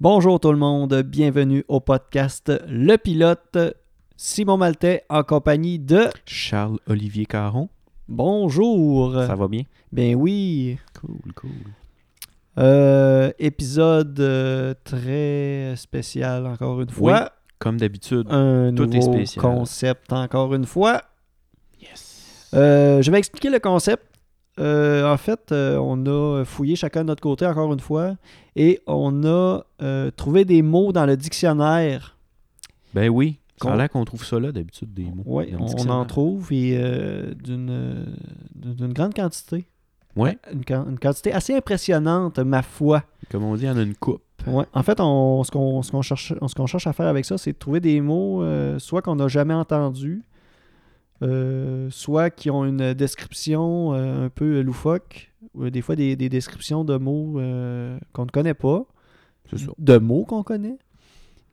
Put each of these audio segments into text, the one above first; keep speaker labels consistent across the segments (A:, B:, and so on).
A: Bonjour tout le monde, bienvenue au podcast Le Pilote. Simon Maltais en compagnie de
B: Charles-Olivier Caron.
A: Bonjour.
B: Ça va bien?
A: Ben oui,
B: Cool, cool.
A: Euh, épisode euh, très spécial encore une fois.
B: Comme d'habitude.
A: Un
B: Tout est
A: nouveau
B: spécial.
A: concept encore une fois.
B: Yes.
A: Euh, je vais expliquer le concept. Euh, en fait, euh, on a fouillé chacun de notre côté encore une fois et on a euh, trouvé des mots dans le dictionnaire.
B: Ben oui. Ça
A: Con-
B: a l'air qu'on trouve ça là d'habitude des mots.
A: Oui,
B: dans le
A: on, on
B: dictionnaire.
A: en trouve et euh, d'une d'une grande quantité. Ah,
B: Ouais.
A: Une, quan- une quantité assez impressionnante, ma foi.
B: Comme on dit, on a une coupe.
A: Ouais. En fait, on, ce qu'on ce qu'on cherche, ce qu'on cherche à faire avec ça, c'est de trouver des mots euh, soit qu'on n'a jamais entendus, euh, soit qui ont une description euh, un peu loufoque, ou des fois des, des descriptions de mots euh, qu'on ne connaît pas,
B: C'est ça.
A: de mots qu'on connaît.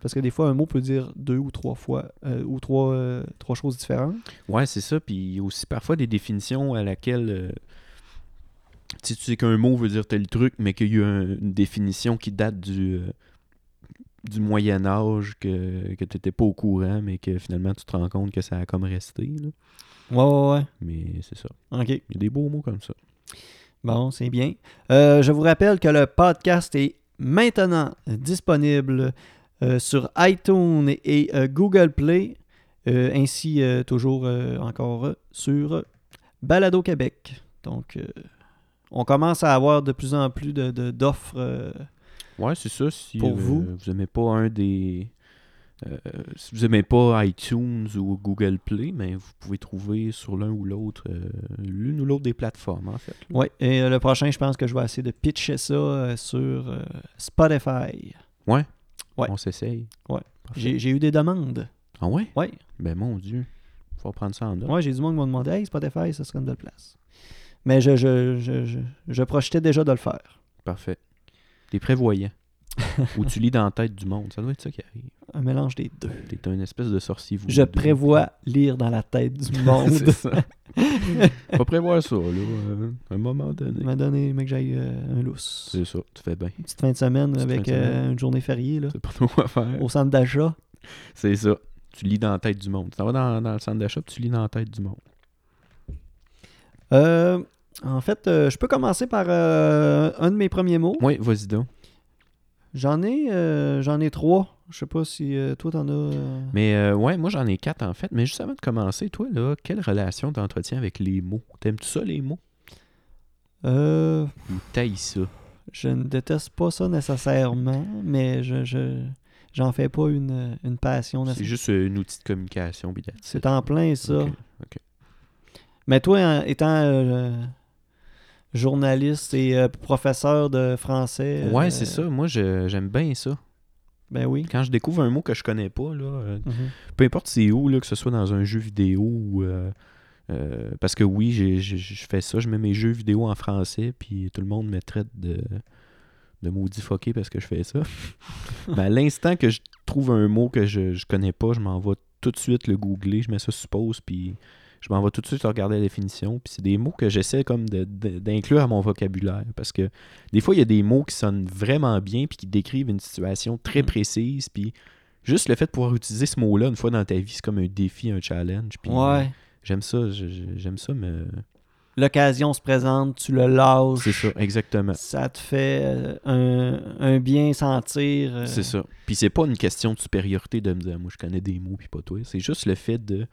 A: Parce que des fois, un mot peut dire deux ou trois fois, euh, ou trois, euh, trois choses différentes.
B: Ouais, c'est ça. Puis il y a aussi parfois des définitions à laquelle. euh, si tu sais qu'un mot veut dire tel truc, mais qu'il y a un- une définition qui date du. euh, du Moyen Âge que, que tu n'étais pas au courant, mais que finalement tu te rends compte que ça a comme resté. là.
A: Ouais, ouais, ouais.
B: Mais c'est ça.
A: OK.
B: Il y a des beaux mots comme ça.
A: Bon, c'est bien. Euh, je vous rappelle que le podcast est maintenant disponible euh, sur iTunes et euh, Google Play, euh, ainsi euh, toujours euh, encore euh, sur Balado Québec. Donc, euh, on commence à avoir de plus en plus de- de- d'offres. euh,
B: Ouais, c'est ça. Si
A: Pour
B: euh,
A: vous.
B: vous aimez pas un des. euh, si vous aimez pas iTunes ou Google Play, mais vous pouvez trouver sur l'un ou l'autre, euh, l'une ou l'autre des plateformes, en fait. là.
A: ouais. Et euh, le prochain, je pense que je vais essayer de pitcher ça euh, sur euh, Spotify. ouais.
B: On s'essaye.
A: Ouais.
B: Parfait.
A: J'ai j'ai eu des demandes.
B: Ah ouais?
A: Ouais.
B: Ben mon Dieu. Faut prendre ça en note.
A: Ouais, j'ai du monde qui m'a demandé Hey, Spotify, ça serait une belle place. Mais je, je, je, je, je projetais déjà de le faire.
B: Parfait. T'es prévoyant. ou tu lis dans la tête du monde. Ça doit être ça qui arrive.
A: Un mélange des deux.
B: T'es un espèce de sorcier. voodoo.
A: Je prévois lire dans la tête du
B: Mmh. C'est
A: monde.
B: ça. Faut prévoir ça, là. euh, un moment donné.
A: m'a donné, mais que j'aille euh, un lousse.
B: C'est ça. Tu fais bien.
A: Une petite fin de semaine
B: Petite
A: avec
B: fin de
A: euh,
B: semaine.
A: une journée fériée là,
B: C'est pas trop quoi faire.
A: au centre d'achat.
B: C'est ça. Tu lis dans la tête du monde. Tu t'en vas dans, dans le centre d'achat, puis tu lis dans la tête du monde.
A: Euh, en fait, euh, je peux commencer par euh, un de mes premiers mots.
B: Oui, vas-y donc.
A: J'en ai, euh, j'en ai trois. Je sais pas si euh, toi t'en as. euh,
B: Mais euh, ouais, moi j'en ai quatre en fait. Mais juste avant de commencer, toi, là, quelle relation t'entretiens avec les mots? T'aimes-tu ça les mots?
A: euh,
B: Ou tailles ça?
A: Je ne déteste pas ça nécessairement, mais je je- j'en fais pas une, une passion.
B: C'est
A: nécessaire.
B: juste euh, un outil de communication, puis that's it.
A: C'est en plein ça.
B: Ok, ok.
A: Mais toi, en- étant euh, journaliste et euh, professeur de français. euh,
B: Ouais, c'est ça. Moi je- j'aime bien ça.
A: Ben oui.
B: Quand je découvre un mot que je connais pas, là, euh,
A: Mhm.
B: peu importe c'est où, là, que ce soit dans un jeu vidéo ou. euh, euh, parce que oui, j'ai- j'ai- je fais ça, je mets mes jeux vidéo en français, puis tout le monde me traite de, de maudit fucké parce que je fais ça. Mais à l'instant que je trouve un mot que je, je connais pas, je m'en vais tout de suite le googler, je mets ça suppose, puis je m'en vais tout de suite regarder la définition. Puis c'est des mots que j'essaie comme de- de- d'inclure à mon vocabulaire parce que des fois, il y a des mots qui sonnent vraiment bien puis qui décrivent une situation très
A: Mm.
B: précise, puis juste le fait de pouvoir utiliser ce mot-là une fois dans ta vie, c'est comme un défi, un challenge. Puis euh,
A: Ouais.
B: j'aime ça, je- je- j'aime ça, mais
A: L'occasion se présente, tu le lâches.
B: c'est ça, exactement.
A: Ça te fait euh, un, un bien sentir. euh,
B: C'est ça. Puis c'est pas une question de supériorité de me dire moi je connais des mots puis pas toi. C'est juste le fait de tu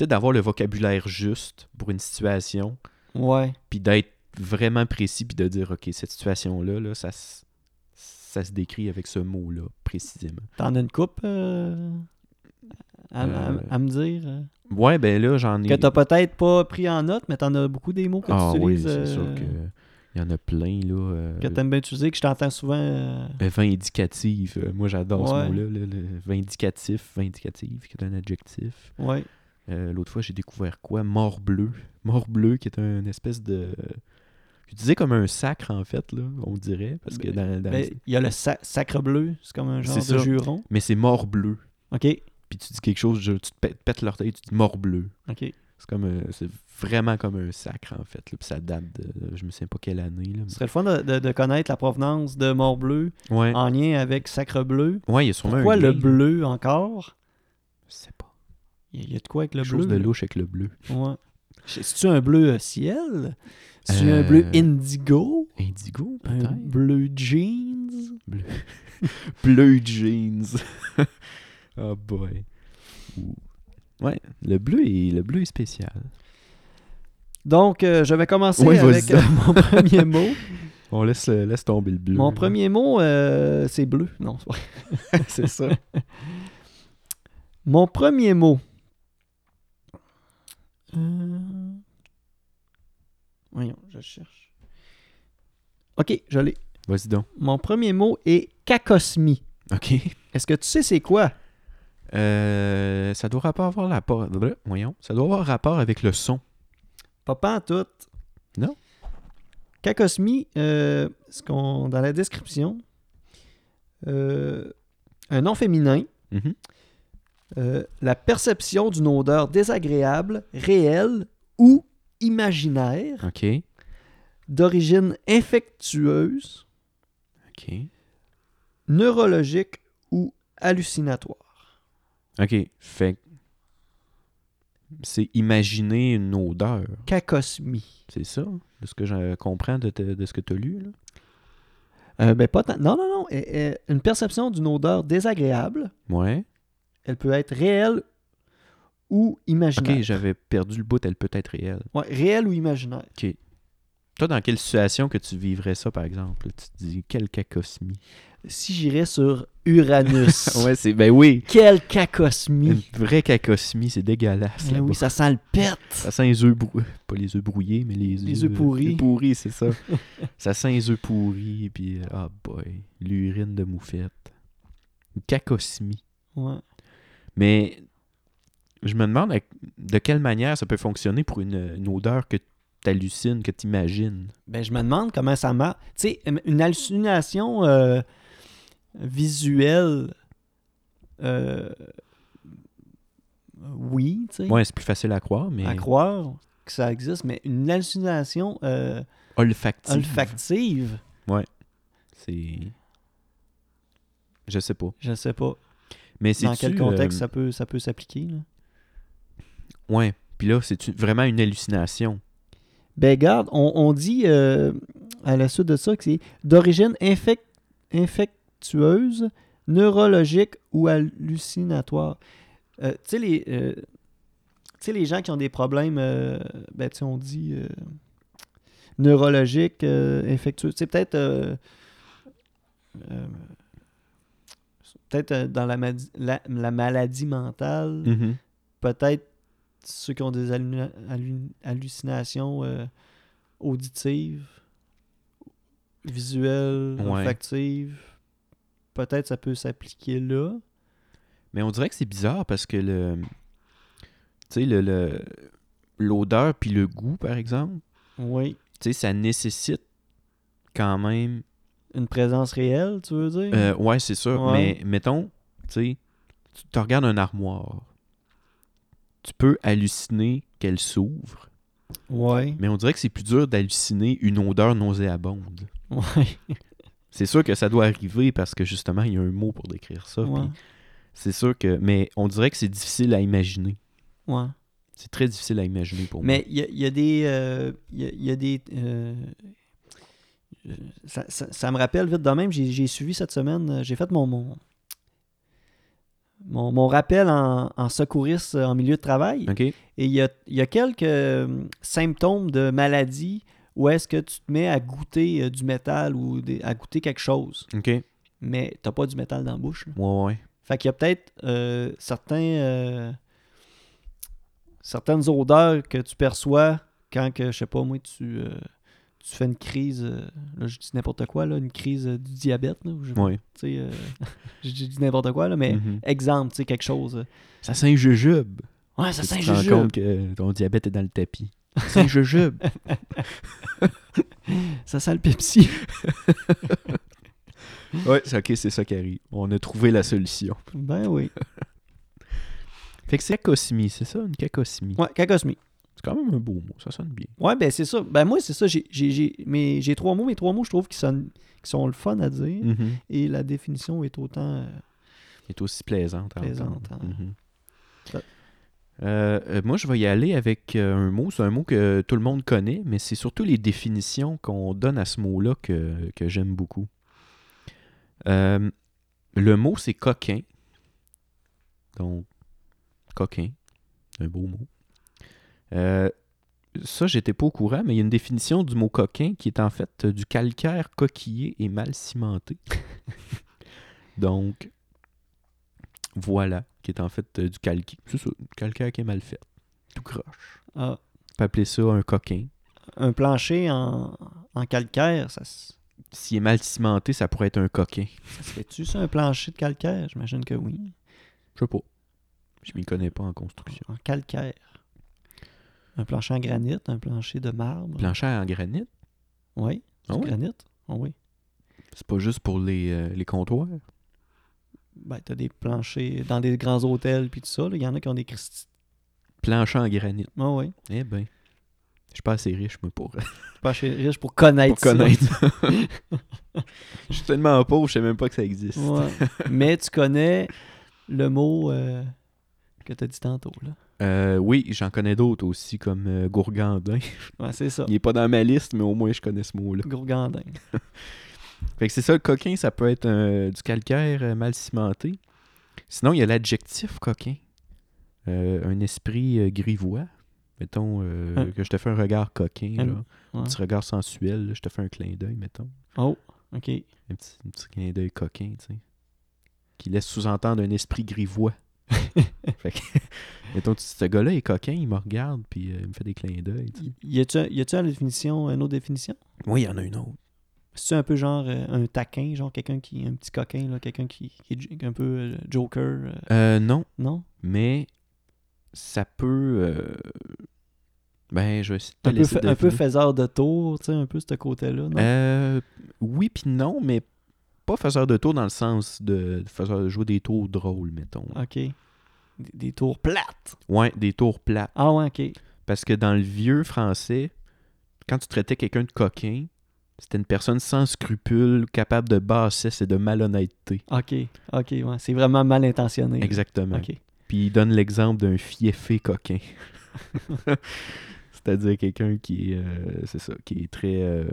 B: sais, d'avoir le vocabulaire juste pour une situation
A: Ouais.
B: puis d'être vraiment précis puis de dire OK, cette situation là là ça se- ça se décrit avec ce mot là précisément.
A: T'en as une coupe euh, à, à-
B: Euh,
A: à me dire. euh?
B: Ouais, ben là j'en ai
A: Que t'as peut-être pas pris en note, mais t'en as beaucoup des mots que
B: Ah
A: tu
B: oui,
A: utilises.
B: c'est
A: euh,
B: sûr que il y en a plein là euh,
A: que t'aimes bien utiliser, que je t'entends souvent. euh,
B: ben, vindicatif. Euh, Moi j'adore
A: Ouais.
B: ce mot là, le vindicatif, vindicatif qui est un adjectif.
A: Ouais.
B: Euh, L'autre fois, j'ai découvert quoi Mort bleu. Mort bleu, qui est un espèce de. Utilisé comme un sacre, en fait, là, on dirait. Parce que
A: Ben,
B: dans, dans-
A: Ben, Il y a le sa- sacre bleu, c'est comme un genre de
B: C'est ça.
A: juron.
B: Mais c'est mort bleu.
A: OK.
B: Puis tu dis quelque chose, je- tu te pè- pètes l'orteil, tu dis mort bleu.
A: OK.
B: C'est comme un- c'est vraiment comme un sacre, en fait. là. Puis ça date de. Je me souviens pas quelle année. Là,
A: Ce serait le fun de, de- de connaître la provenance de Mort Bleu
B: mais- Ouais.
A: en lien avec Sacre Bleu.
B: Ouais, il y a sûrement
A: Pourquoi
B: un
A: le
B: lien.
A: bleu encore
B: Je sais pas.
A: Il y a- il y a de quoi avec le
B: Quelque chose
A: bleu
B: de louche avec le bleu.
A: Ouais. C'est-tu un bleu euh, ciel C'est-tu
B: Euh,
A: un bleu indigo
B: Indigo, peut-être.
A: Un bleu jeans
B: Bleu jeans. oh boy. Ouh. Ouais, le bleu est, le bleu est spécial.
A: Donc, euh, je vais commencer
B: Oui,
A: avec
B: vas-y.
A: euh, mon premier mot.
B: On laisse, laisse tomber le bleu.
A: Mon premier mot, euh, c'est bleu. Non, c'est pas vrai.
B: c'est ça.
A: Mon premier mot. Euh, Voyons, je cherche. Ok, je l'ai.
B: Vas-y donc.
A: Mon premier mot est cacosmie.
B: OK.
A: Est-ce que tu sais c'est quoi?
B: Euh, ça doit rapport avoir rapport. bleu, Voyons. Ça doit avoir rapport avec le son.
A: Pas en tout.
B: Non.
A: Cacosmie, euh, ce qu'on dans la description, euh, un nom féminin,
B: Mhm.
A: euh, la perception d'une odeur désagréable, réelle ou imaginaire,
B: OK.
A: d'origine infectieuse,
B: OK.
A: neurologique ou hallucinatoire.
B: OK. Fait que c'est imaginer une odeur.
A: Cacosmie.
B: C'est ça, de ce que je comprends de, te- de ce que tu as lu. Là.
A: Euh, ben, pas tant- Non, non, non. euh, euh, une perception d'une odeur désagréable,
B: Ouais.
A: elle peut être réelle ou
B: OK,
A: imaginaire.
B: j'avais perdu le bout, elle peut être réelle.
A: Ouais, réel ou imaginaire.
B: Toi, dans quelle situation que tu vivrais ça, par exemple? là? Tu te dis, quelle cacosmie.
A: Si j'irais sur Uranus,
B: c'est... Ben oui!
A: quelle cacosmie!
B: Une vraie cacosmie, c'est dégueulasse.
A: Eh
B: là-bas.
A: oui, ça sent le pète!
B: Ça sent les œufs brou- Pas les œufs brouillés, mais les œufs...
A: Les œufs pourris.
B: Les pourris, c'est ça. ça sent les œufs pourris, puis... euh, Ah boy, l'urine de moufette. Une cacosmie.
A: Ouais.
B: Mais je me demande à- de quelle manière ça peut fonctionner pour une, une odeur que tu hallucines, que tu imagines.
A: Ben, je me demande comment ça marche. Tu sais, une hallucination euh, visuelle, euh, oui, tu sais,
B: Ouais, c'est plus facile à croire, mais
A: à croire que ça existe, mais une hallucination euh,
B: olfactive.
A: olfactive,
B: C'est. Je sais pas.
A: je sais pas
B: Mais c'est.
A: dans quel contexte ça peut ça peut s'appliquer. là.
B: Ouais. Puis là, c'est vraiment une hallucination.
A: Ben garde, on, on dit euh, à la suite de ça que c'est d'origine infec- infectueuse, neurologique ou hallucinatoire. Euh, tu sais, les, euh, tu sais, les gens qui ont des problèmes, euh, ben tu sais, on dit euh, neurologique, euh, infectueux. Tu sais, peut-être... euh, euh, peut-être euh, dans la, madi- la- la maladie mentale
B: Mhm.
A: peut-être ceux qui ont des hallu- hallu- hallucinations euh, auditives, visuelles,
B: Ouais.
A: olfactives, peut-être ça peut s'appliquer là.
B: Mais on dirait que c'est bizarre parce que le. Tu sais, le- le- l'odeur puis le goût, par exemple,
A: Oui.
B: tu sais, ça nécessite quand même
A: Une présence réelle, tu veux dire?
B: Euh, ouais, c'est sûr.
A: Mm. Ouais.
B: Mais mettons, tu sais, tu te regardes un armoire. Tu peux halluciner qu'elle s'ouvre,
A: Oui.
B: mais on dirait que c'est plus dur d'halluciner une odeur nauséabonde.
A: Ouais.
B: C'est sûr que ça doit arriver parce que justement, il y a un mot pour décrire ça.
A: Ouais.
B: puis C'est sûr que. Mais on dirait que c'est difficile à imaginer.
A: Ouais.
B: C'est très difficile à imaginer pour moi.
A: Mais il y a, il y a des. euh, Il y, a- il y a des. euh, euh, ça, ça- ça me rappelle vite de même, j'ai j'ai suivi cette semaine, euh, j'ai fait mon mon, mon, mon rappel en, en secouriste euh, en milieu de travail.
B: OK?
A: Et il y a, il y a quelques euh, symptômes de maladie où est-ce que tu te mets à goûter euh, du métal ou des- à goûter quelque chose,
B: OK? Ouais,
A: mais t'as pas du métal dans la bouche. là.
B: ouais.
A: Fait qu'il y a peut-être euh, certains, euh, certaines odeurs que tu perçois quand que, je sais pas, moi, tu, euh, tu fais une crise, euh, là, je dis n'importe quoi, là, une crise euh, du diabète, là, ou je,
B: Ouais.
A: tu sais, euh, je dis je dis n'importe quoi, là, mais
B: Mhm.
A: exemple, tu sais, quelque chose. euh,
B: Ça sent un jujube.
A: Ouais, ça
B: Tu
A: sent
B: te
A: le
B: rends
A: jujube.
B: compte que ton diabète est dans le tapis. C'est un jujube.
A: Ça sent le Pepsi.
B: Ouais, c'est- ok, c'est ça qui arrive. On a trouvé la solution.
A: ben oui.
B: Fait que c'est cacosmie, c'est ça, une cacosmie.
A: Ouais, cacosmie.
B: C'est quand même un beau mot, ça sonne bien.
A: Ouais, ben c'est ça. Ben moi, c'est ça. J'ai, j'ai, j'ai- mes- j'ai trois mots. Mes trois mots, je trouve, qui, sonnent- qui sont le fun à
B: Mm.
A: dire.
B: Mhm.
A: Et la définition est autant. euh,
B: Il est aussi plaisante. à
A: Plaisante,
B: entendre.
A: hein.
B: Mhm.
A: Ça-
B: Euh, euh, moi, je vais y aller avec euh, un mot. C'est un mot que tout le monde connaît, mais c'est surtout les définitions qu'on donne à ce mot-là que, que j'aime beaucoup. Euh, le mot, c'est coquin. Donc, coquin, un beau mot. Euh, ça, j'étais pas au courant, mais il y a une définition du mot coquin qui est en fait euh, du calcaire coquillé et mal cimenté. Donc, voilà, qui est en fait euh, du calcaire. C'est ça, du calcaire qui est mal fait. Tout croche.
A: ah,
B: On peut appeler ça un coquin.
A: un plancher en, en calcaire, ça, se-
B: S'il est mal cimenté, ça pourrait être un coquin.
A: ça se fait-tu, ça, un plancher de calcaire J'imagine que oui.
B: Je sais pas. Je m'y connais pas en construction.
A: En calcaire. Un plancher en granit, un plancher de marbre.
B: Plancher en granit,
A: Oui,
B: Ah
A: du
B: ouais?
A: granit. Ah oui.
B: c'est pas juste pour les, euh, les comptoirs.
A: Ben, t'as des planchers dans des grands hôtels, puis tout ça. là. Il y en a qui ont des cristi-
B: Plancher en granit.
A: Ah oui.
B: Eh ben, je suis pas assez riche, moi, pour,
A: Pas assez riche pour connaître
B: pour connaître ça. Je suis tellement pauvre, je sais même pas que ça existe.
A: ça. Ouais. Mais tu connais le mot euh, que t'as dit tantôt, là.
B: Euh, oui, j'en connais d'autres aussi, comme euh, gourgandin.
A: Ouais, c'est ça.
B: Il est pas dans ma liste, mais au moins je connais ce mot-là.
A: Gourgandin.
B: Fait que c'est ça, le coquin, ça peut être euh, du calcaire euh, mal cimenté. Sinon, il y a l'adjectif coquin. Euh, un esprit euh, grivois. Mettons euh,
A: Hein.
B: que je te fais un regard coquin,
A: Hein.
B: genre.
A: Ouais.
B: un petit regard sensuel, là, je te fais un clin d'œil, mettons.
A: Oh, OK.
B: Un petit, un petit clin d'œil coquin, tu sais. Qui laisse sous-entendre un esprit grivois. fait que, mettons, tu dis, ce gars-là est coquin, il me regarde, puis euh, il me fait des clins d'œil. tu sais.
A: Y- Y a-tu y a-tu une définition, une autre définition?
B: Oui, il y en a une autre.
A: C'est un peu genre euh, un taquin, genre quelqu'un qui. Un petit coquin, là, quelqu'un qui, qui est j- un peu euh, joker, euh,
B: Euh, non,
A: non?
B: mais ça peut. euh, Ben, je vais essayer de te
A: Un peu, fa-
B: laisser
A: un peu
B: deviner.
A: faiseur de tour, tu sais, un peu ce côté-là, non?
B: Euh, oui, puis non, mais pas faiseur de tour dans le sens de, faiseur de jouer des tours drôles, mettons.
A: OK. Des, des tours plates.
B: Ouais, des tours plates.
A: Ah ouais, OK.
B: Parce que dans le vieux français, quand tu traitais quelqu'un de coquin, c'était une personne sans scrupules, capable de bassesse et de malhonnêteté.
A: OK. OK, ouais. C'est vraiment mal intentionné. là.
B: Exactement.
A: OK.
B: Puis il donne l'exemple d'un fieffé coquin. C'est-à-dire quelqu'un qui est, euh, c'est ça, qui est très, euh,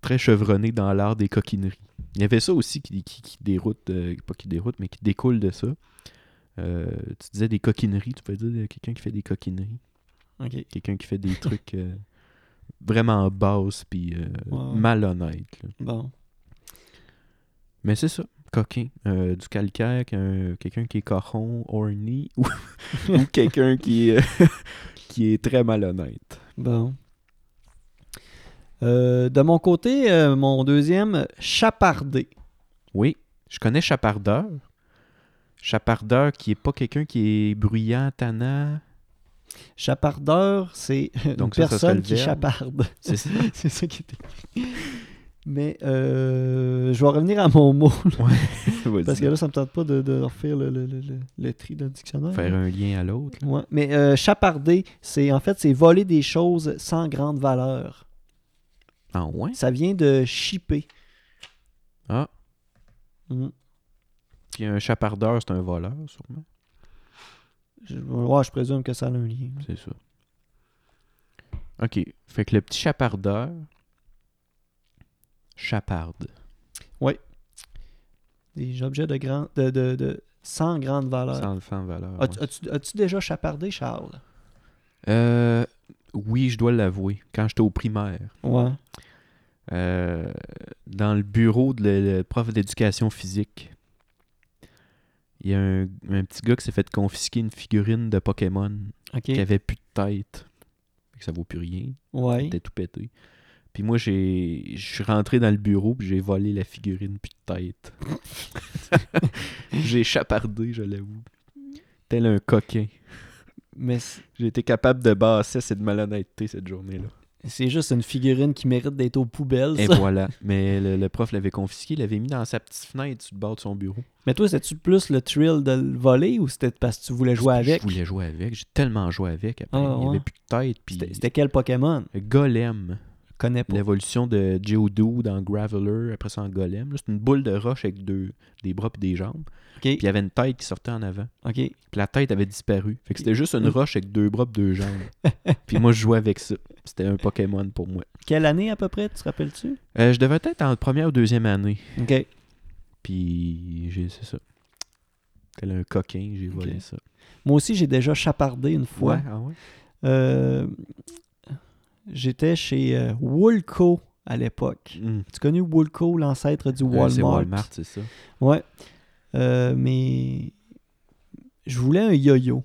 B: très chevronné dans l'art des coquineries. Il y avait ça aussi qui, qui- qui déroute, euh, pas qui déroute, mais qui découle de ça. Euh, tu disais des coquineries, tu peux dire euh, quelqu'un qui fait des coquineries,
A: OK.
B: quelqu'un qui fait des trucs euh, vraiment basses puis euh,
A: Ouais.
B: malhonnêtes. là.
A: Bon.
B: Mais c'est ça, coquin. Euh, du calcaire, qu'un- quelqu'un qui est cochon, horny, ou, ou quelqu'un qui, est, euh, qui est très malhonnête.
A: Bon. Euh, de mon côté, euh, mon deuxième, chapardé.
B: Oui, je connais Chapardeur. Chapardeur qui est pas quelqu'un qui est bruyant, tannant.
A: Chapardeur, c'est une
B: Donc ça, ça serait le
A: personne qui
B: verbe.
A: chaparde.
B: C'est ça.
A: c'est ça qui était. Mais euh, je vais revenir à mon mot, là,
B: Vas-y.
A: parce que là, ça me tente pas de, de refaire le, le- le- le- le tri dans le dictionnaire.
B: Faire un lien à l'autre.
A: Ouais. Mais euh, chaparder, c'est en fait, c'est voler des choses sans grande valeur.
B: En ouin.
A: Ça vient de chipper.
B: Ah.
A: Mm.
B: Puis un chapardeur, c'est un voleur, sûrement.
A: Je, ouais, je présume que ça a un lien.
B: C'est ça. OK. Fait que le petit chapardeur chaparde.
A: Des objets de grand, de, de, de- sans grande valeur.
B: Sans le faire valeur.
A: As-tu-
B: ouais.
A: As-tu as-tu déjà chapardé, Charles?
B: Euh, oui, je dois l'avouer. Quand j'étais au primaire,
A: Ouais.
B: euh, dans le bureau de le, le prof d'éducation physique, il y a un, un petit gars qui s'est fait confisquer une figurine de Pokémon
A: OK.
B: qui avait plus de tête. Fait que ça vaut plus rien.
A: Ouais.
B: C'était tout pété. Puis moi, j'ai, je suis rentré dans le bureau puis j'ai volé la figurine plus de tête. j'ai chapardé, je l'avoue. Tel un coquin.
A: Mais c-
B: J'ai été capable de bassesse et de malhonnêteté cette journée-là.
A: C'est juste une figurine qui mérite d'être aux poubelles.
B: Et
A: ça.
B: voilà. Mais le, le prof l'avait confisqué, il l'avait mis dans sa petite fenêtre sur le bord de son bureau.
A: Mais toi, c'était-tu plus le thrill de le voler ou c'était parce que tu voulais jouer
B: Je-
A: avec
B: Je voulais jouer avec. J'ai tellement joué avec. Après,
A: Ah,
B: il n'y
A: ouais.
B: avait plus de tête. Puis
A: C'était c'était quel Pokémon
B: Golem.
A: Je connais pas.
B: L'évolution de Geodude en Graveler, après ça en Golem. Là, C'est une boule de roche avec deux, des bras et des jambes. Puis il y avait une tête qui sortait en avant.
A: Ok.
B: Puis la tête avait disparu. Fait que c'était juste une
A: Mm.
B: roche avec deux bras et deux jambes. puis moi, je jouais avec ça. C'était un Pokémon pour moi.
A: Quelle année à peu près, tu te rappelles-tu
B: Euh, je devais être en première ou deuxième année.
A: Ok.
B: Puis j'ai- c'est ça. Tel un coquin, j'ai
A: Ok.
B: volé ça.
A: Moi aussi, j'ai déjà chapardé une fois.
B: ah ouais?
A: Euh, J'étais chez euh, Woolco à l'époque.
B: Mm.
A: Tu connais Woolco, l'ancêtre du
B: Euh, c'est
A: Walmart?
B: Walmart, c'est ça.
A: Ouais. Euh, mais je voulais un yo-yo.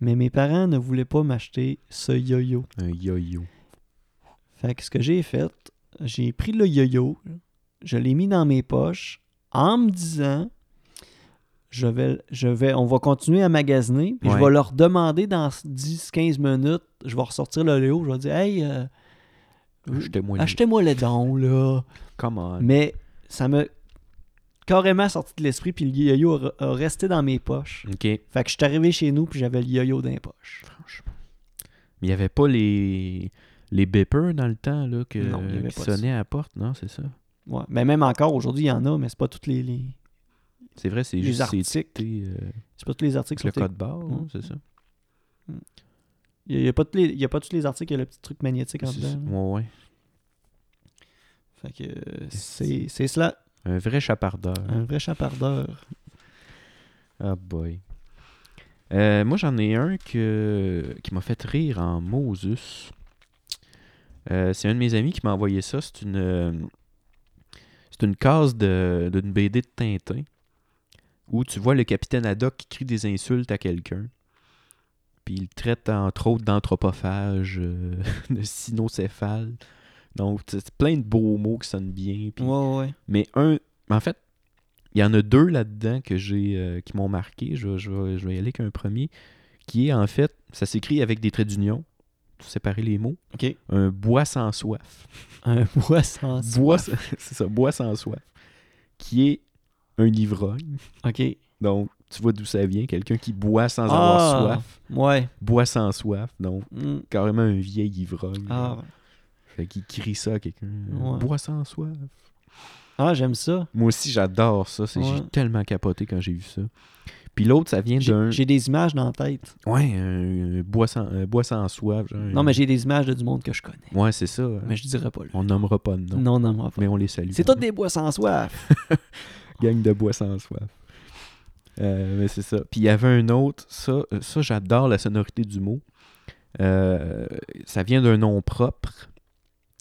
A: Mais mes parents ne voulaient pas m'acheter ce yo-yo.
B: Un yo-yo.
A: Fait que ce que j'ai fait, j'ai pris le yo-yo, je l'ai mis dans mes poches en me disant je vais, je vais, on va continuer à magasiner, puis je
B: Ouais.
A: vais leur demander dans 10-15 minutes, je vais ressortir le yo, je vais dire Hey, euh,
B: Achetez-moi le-
A: achetez-moi le don, là.
B: Come on.
A: Euh, Mais ça m'a carrément sorti de l'esprit, puis le yo-yo a, a resté dans mes poches.
B: OK. Mais
A: Fait que je suis arrivé chez nous, puis j'avais le yo-yo dans les poches.
B: il n'y avait pas les... Les beepers dans le temps là, que,
A: Non, il y avait
B: qui
A: pas ça.
B: sonnaient à la porte, non, c'est ça.
A: Ouais. Mais même encore, aujourd'hui, il y en a, mais c'est pas tous les, les,
B: C'est vrai, c'est
A: les
B: juste c'est
A: articles.
B: étiqueté, euh,
A: C'est pas tous les articles
B: le
A: sur tes-
B: code barre,
A: Mm.
B: hein, c'est ça.
A: Il n'y a, pas tous les- il y a pas tous les articles, il y a le petit truc magnétique en
B: C'est ça.
A: dedans. là.
B: Ouais, ouais.
A: Fait que euh, c'est c'est cela,
B: Un vrai chapardeur.
A: un vrai chapardeur.
B: Ah boy. Euh, moi, j'en ai un que, qui m'a fait rire en Moses. Euh, c'est un de mes amis qui m'a envoyé ça. C'est une, euh, c'est une case de- d'une BD de Tintin où tu vois le capitaine Haddock qui crie des insultes à quelqu'un. Puis il le traite entre autres d'anthropophage, euh, de cynocéphale. Donc, c'est c'est plein de beaux mots qui sonnent bien. puis-
A: ouais, ouais.
B: mais un, mais en fait, il y en a deux là-dedans que j'ai euh, qui m'ont marqué. Je, vais- je vais- je vais y aller qu'un premier. Qui est en fait, ça s'écrit avec des traits d'union, pour séparer les mots.
A: OK.
B: Un bois sans soif.
A: Un bois sans
B: Bois, sans- c'est ça, bois sans soif. Qui est un ivrogne.
A: OK.
B: Donc, tu vois d'où ça vient. Quelqu'un qui boit sans
A: Ah.
B: avoir soif.
A: Ouais.
B: Boit sans soif. Donc,
A: Mm.
B: carrément un vieil ivrogne.
A: Ah, ouais.
B: Fait qu'il crie ça à quelqu'un.
A: Ouais.
B: Bois sans soif.
A: Ah, j'aime ça.
B: Moi aussi, j'adore ça. C'est-
A: Ouais.
B: J'ai tellement capoté quand j'ai vu ça. Puis l'autre, ça vient d'un.
A: J'ai j'ai des images dans la tête.
B: Ouais, un, un bois sans, un bois sans soif. genre un-
A: Non, mais j'ai des images de du monde que je connais.
B: Ouais, c'est ça. hein.
A: Mais je dirais pas là.
B: On nommera pas de nom.
A: Non, non, moi pas.
B: Mais on les salue.
A: C'est tous des bois sans soif.
B: Gang de bois sans soif. Euh, mais c'est ça. Puis il y avait un autre. Ça, euh, ça j'adore la sonorité du mot. Euh, ça vient d'un nom propre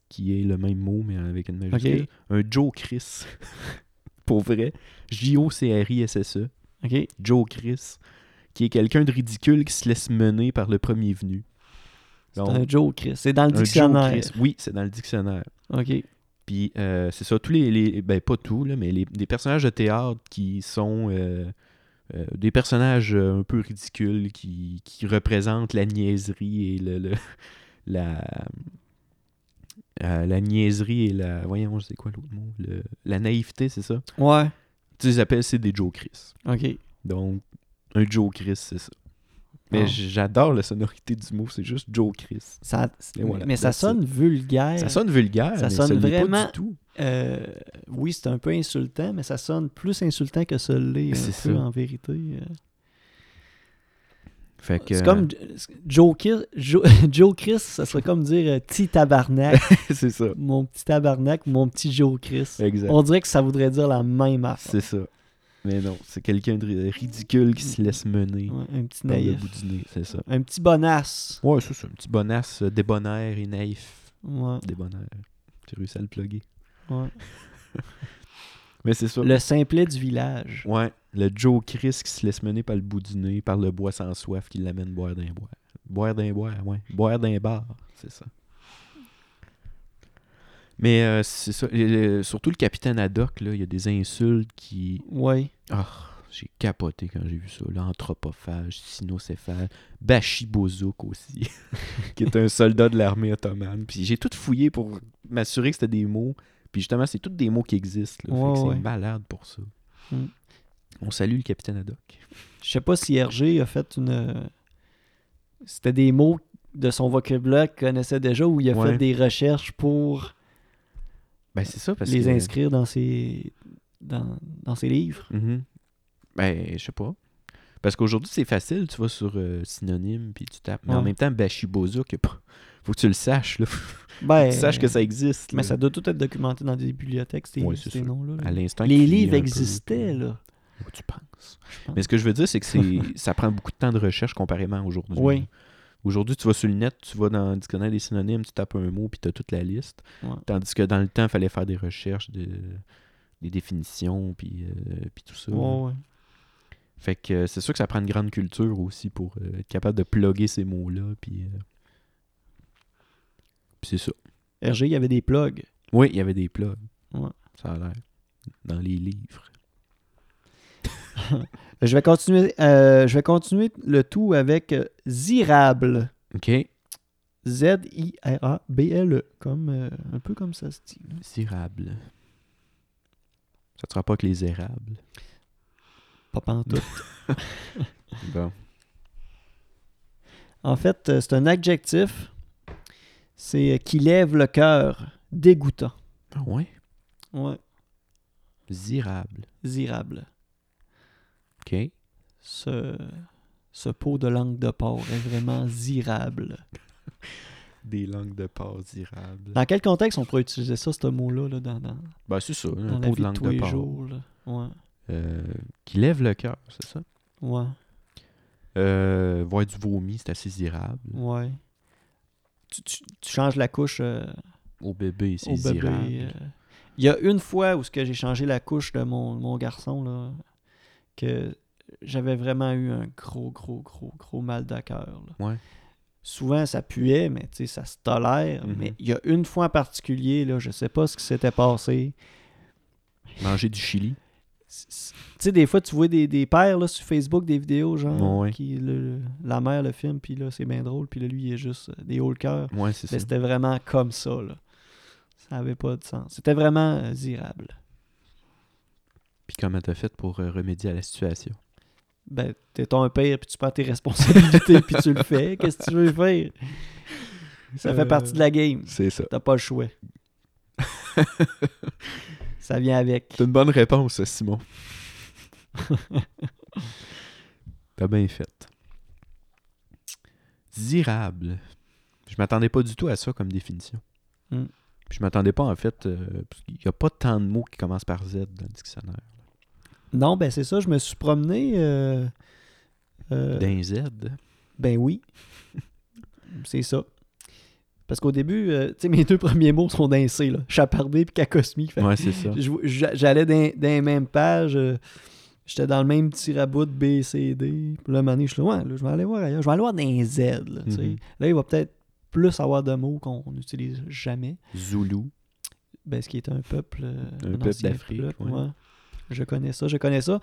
B: qui est le même mot, mais avec une majuscule.
A: Ok.
B: Un Joe Chris. Pour vrai. J-O-C-R-I-S-S-E.
A: OK.
B: Joe Chris, qui est quelqu'un de ridicule qui se laisse mener par le premier venu.
A: C'est
B: Donc,
A: un Joe Chris. C'est dans le
B: un Joe
A: dictionnaire.
B: Chris. Oui, c'est dans le dictionnaire.
A: OK.
B: Puis euh, c'est ça, tous les, les- ben pas tous, là, mais les, des personnages de théâtre qui sont euh, euh, des personnages euh, un peu ridicules qui, qui représentent la niaiserie et le, le- la euh, la niaiserie et la voyons c'est quoi l'autre mot Le- la naïveté c'est ça
A: Ouais.
B: tu les appelles c'est des Joe Chris
A: OK.
B: donc, un Joe Chris, c'est ça. Mais
A: Ah.
B: j- j'adore la sonorité du mot, c'est juste Joe Chris.
A: Ça,
B: Et voilà,
A: mais ça
B: that's it.
A: sonne vulgaire.
B: Ça sonne vulgaire,
A: Ça
B: mais
A: sonne
B: ça l'est
A: vraiment-
B: pas du tout.
A: Euh, oui, c'est un peu insultant, mais ça sonne plus insultant que ça l'est, un
B: C'est
A: peu,
B: ça.
A: en vérité. Euh,
B: Fait que,
A: C'est comme Joe, Ki- Joe, Joe Chris, ça serait comme dire euh, petit tabarnak,
B: c'est ça,
A: mon petit tabarnak ou mon petit Joe Chris.
B: exact.
A: On dirait que ça voudrait dire la même affaire.
B: C'est ça. Mais non, c'est quelqu'un de ri- ridicule qui se laisse mener
A: Ouais, un petit
B: par le
A: naïf.
B: bout du nez, c'est ça.
A: Un petit bonasse.
B: Ouais, ça, c'est un petit bonasse euh, débonnaire et naïf.
A: Ouais,
B: Débonnaire. J'ai réussi à le plugger.
A: ouais.
B: Mais c'est ça.
A: Le simplet du village.
B: Ouais, le Joe Chris qui se laisse mener par le bout du nez, par le bois sans soif qui l'amène boire d'un bois. Boire d'un bois, ouais. Boire d'un bar, c'est ça. Mais euh, c'est ça. et, euh, surtout le capitaine Haddock, là, il y a des insultes qui.
A: Ouais.
B: Ah, j'ai capoté quand j'ai vu ça. L'anthropophage, cynocéphale, Bachibozuk aussi, qui est un soldat de l'armée ottomane. Puis j'ai tout fouillé pour m'assurer que c'était des mots. Puis justement, c'est tous des mots qui existent. là. Fait
A: Ouais,
B: que
A: ouais.
B: C'est malade pour ça.
A: Mm.
B: On salue le capitaine Haddock.
A: Je sais pas si Hergé a fait une. euh, C'était des mots de son vocabulaire qu'il connaissait déjà ou il a
B: Ouais.
A: fait des recherches pour
B: Ben, c'est ça, parce
A: les
B: que...
A: inscrire dans ses, dans, dans ses livres.
B: Mhm. Ben, je sais pas. Parce qu'aujourd'hui, c'est facile, tu vas sur euh, synonyme puis tu tapes. Mais en
A: Ouais.
B: même temps, Bachibozuk, y a pas- faut que tu le saches. Là. Faut
A: Ben,
B: que tu saches que ça existe.
A: Mais
B: là.
A: ça doit tout être documenté dans des bibliothèques, ces,
B: Ouais, c'est
A: ces
B: sûr.
A: noms-là. là.
B: À l'instant
A: Les
B: qu'il lit un
A: livres
B: peu,
A: existaient,
B: puis-
A: là.
B: Oh, tu penses.
A: pense.
B: Mais ce que je veux dire, c'est que c'est ça prend beaucoup de temps de recherche comparément à aujourd'hui.
A: Oui.
B: Aujourd'hui, tu vas sur le net, tu vas dans le dictionnaire des synonymes, tu tapes un mot, puis tu as toute la liste.
A: Ouais.
B: Tandis que dans le temps, il fallait faire des recherches, de, des définitions, puis, euh, puis tout ça. là.
A: Ouais, ouais.
B: Fait que euh, c'est sûr que ça prend une grande culture aussi pour euh, être capable de plugger ces mots-là. Puis, euh, puis c'est ça.
A: Hergé, il y avait des plugs.
B: Oui, il y avait des plugs.
A: Ouais.
B: Ça a l'air. Dans les livres.
A: Je vais continuer, euh, je vais continuer le tout avec euh, Zirable.
B: OK.
A: Z-I-R-A-B-L-E. Comme, euh, un peu comme ça se dit.
B: Zirable. Ça ne sera pas que les érables.
A: Pas pantoute.
B: Bon.
A: en fait, euh, c'est un adjectif. C'est euh, qui lève le cœur. Dégoûtant.
B: Ah ouais.
A: Ouais.
B: Zirable.
A: Zirable.
B: OK.
A: Ce, ce pot de langue de porc est vraiment zirable.
B: Des langues de porc zirables.
A: Dans quel contexte on pourrait utiliser ça, ce mot-là, là, dans, dans,
B: Ben, c'est ça,
A: dans la
B: un pot
A: vie
B: de
A: de
B: langue
A: tous
B: de
A: les
B: porc.
A: jours? là? Ouais.
B: Euh, qui lève le cœur, c'est ça?
A: Ouais.
B: Euh, voir du vomi, c'est assez zirable.
A: Ouais. Tu, tu- tu changes la couche euh,
B: Au bébé, c'est
A: au bébé.
B: zirable.
A: euh. Il y a une fois où ce que j'ai changé la couche de mon, mon garçon, là, que j'avais vraiment eu un gros, gros, gros, gros mal de cœur. là.
B: Ouais.
A: Souvent, ça puait, mais tu sais, ça se tolère.
B: Mhm.
A: Mais il y a une fois en particulier, là, je sais pas ce qui s'était passé.
B: Manger du chili.
A: C- c- Tu sais, des fois, tu vois des, des pères là, sur Facebook, des vidéos, genre,
B: Ouais.
A: qui, le- le- la mère le filme, puis là, c'est bien drôle, puis là, lui, il est juste euh, des hauts le cœur.
B: Ouais, c'est ça.
A: Mais c'était vraiment comme ça, là. Ça n'avait pas de sens. C'était vraiment euh, zirable.
B: Puis comment t'as fait pour euh, remédier à la situation?
A: Ben, t'es ton père, puis tu prends tes responsabilités, puis tu le fais. Qu'est-ce que tu veux faire? Ça fait
B: Euh,
A: partie de la game.
B: C'est ça.
A: T'as pas le choix. ça vient avec.
B: C'est une bonne réponse, ça, Simon. t'as bien fait. Zirable. Je m'attendais pas du tout à ça comme définition.
A: Mm.
B: Puis je m'attendais pas, en fait, euh, parce qu'il n'y a pas tant de mots qui commencent par Z dans le dictionnaire.
A: Non, ben c'est ça, je me suis promené. euh, euh,
B: D'un Z.
A: ben oui. c'est ça. Parce qu'au début, euh, tu sais, mes deux premiers mots sont d'un C, là. Chapardé puis cacosmique. Fait
B: Ouais, c'est ça.
A: Je- j'a- J'allais dans, dans les mêmes pages. euh, J'étais dans le même petit rabout de B, C, D. Puis là, à un moment donné, je suis là, ouais, là, je vais aller voir ailleurs. Je vais aller voir dans les Z. Là, tu sais.
B: Mhm.
A: Là, il va peut-être plus avoir de mots qu'on n'utilise jamais.
B: Zoulou.
A: Ben, ce qui est un peuple. euh,
B: Un peuple
A: ancien
B: d'Afrique,
A: peuple,
B: ouais.
A: ouais. Je connais ça, je connais ça.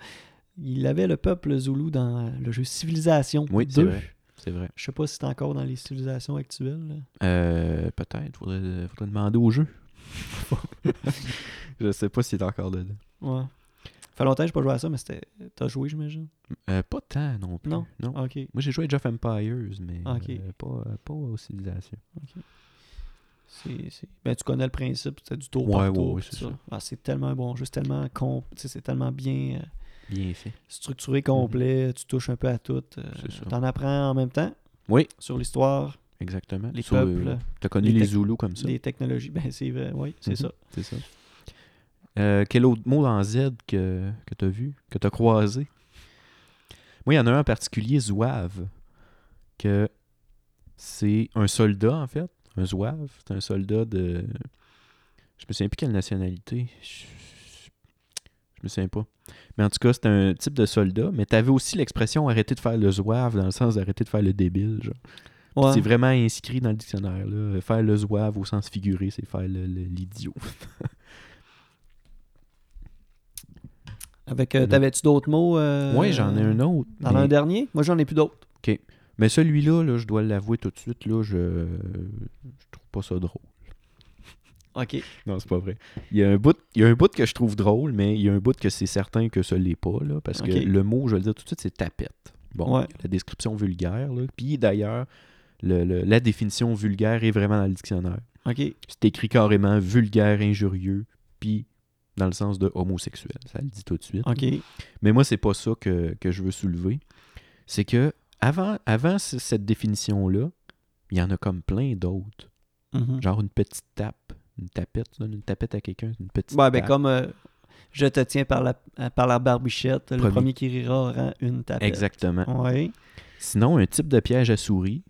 A: Il avait le peuple Zoulou dans le jeu Civilisation
B: Oui, c'est
A: 2.
B: vrai. C'est vrai.
A: Je sais pas si c'est encore dans les civilisations actuelles. là.
B: Euh, peut-être. Faudrait, faudrait demander au jeu. je sais pas s'il est encore dedans.
A: Ouais. Fait longtemps que je pas joué à ça, mais c'était. T'as joué, j'imagine?
B: Euh, pas tant non plus.
A: Non? Ok.
B: Moi, j'ai joué à Jeff Empires, mais
A: Ah, ok.
B: euh, pas, euh, pas aux civilisations.
A: C'est- c'est- Ben, tu connais le principe, c'est du tour
B: Ouais,
A: par
B: ouais,
A: tour.
B: ouais,
A: pis
B: c'est
A: ça.
B: ça.
A: Ah, c'est tellement bon jeu, c'est tellement, com- tu sais, c'est tellement bien euh,
B: Bien fait.
A: structuré, complet, tu touches un peu à tout. euh,
B: Mhm. C'est ça.
A: T'en apprends en même temps
B: Oui,
A: sur l'histoire,
B: exactement.
A: les
B: Sur, euh,
A: peuples,
B: T'as connu
A: les
B: les,
A: tec-
B: Zoulous comme ça.
A: les technologies. Ben, c'est vrai, oui, c'est
B: Mhm.
A: ça.
B: C'est ça. Euh, quel autre mot en Z que, que t'as vu, que t'as croisé? Moi, il y en a un en particulier, zouave, que c'est un soldat, en fait. Un zouave, c'est un soldat de... Je me souviens plus quelle nationalité. Je, je me souviens pas. Mais en tout cas, c'est un type de soldat. Mais t'avais aussi l'expression « arrêter de faire le zouave » dans le sens d'arrêter de faire le débile, genre.
A: Ouais.
B: C'est vraiment inscrit dans le dictionnaire. là. Faire le zouave au sens figuré, c'est faire le- le- l'idiot.
A: Avec, euh,
B: Non.
A: t'avais-tu d'autres mots? euh,
B: Mhm. ouais, j'en ai un autre.
A: T'en as
B: mais-
A: un dernier? Moi, j'en ai plus d'autres.
B: Mais celui-là, là, je dois l'avouer tout de suite, là, je... je trouve pas ça drôle.
A: OK.
B: Non, c'est pas vrai. Il y, a un bout, il y a un bout que je trouve drôle, mais il y a un bout que c'est certain que ça l'est pas, là, parce
A: Ok.
B: que le mot, je vais le dire tout de suite, c'est tapette. Bon,
A: Ouais.
B: il y a la description vulgaire, là. Puis d'ailleurs, le- le- la définition vulgaire est vraiment dans le dictionnaire.
A: OK.
B: C'est écrit carrément vulgaire, injurieux, puis dans le sens de homosexuel. Ça le dit tout de suite.
A: OK.
B: Mais moi, c'est pas ça que, que je veux soulever. C'est que avant, avant c- cette définition-là, il y en a comme plein d'autres.
A: Mhm.
B: Genre une petite tape. Une tapette, tu donnes une tapette à quelqu'un, une petite
A: Ouais, ben
B: tape.
A: comme euh, je te tiens par la, euh, par la barbichette, le
B: Premier.
A: premier qui rira aura une tapette.
B: Exactement.
A: Oui.
B: Sinon, un type de piège à souris,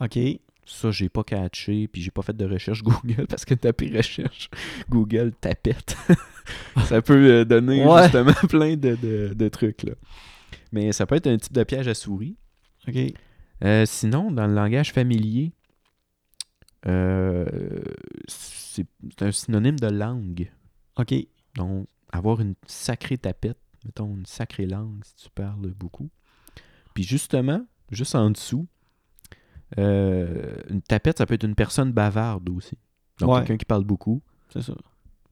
A: OK.
B: ça, j'ai pas catché, puis j'ai pas fait de recherche Google, parce que taper recherche Google tapette, ça peut euh, donner
A: Ouais.
B: justement plein de, de- de trucs, là. Mais ça peut être un type de piège à souris.
A: OK.
B: Euh, sinon, dans le langage familier, euh, c'est c'est un synonyme de langue.
A: OK.
B: Donc, avoir une sacrée tapette, mettons une sacrée langue si tu parles beaucoup. Puis justement, juste en dessous, euh, une tapette, ça peut être une personne bavarde aussi. Donc,
A: Ouais.
B: quelqu'un qui parle beaucoup,
A: C'est ça.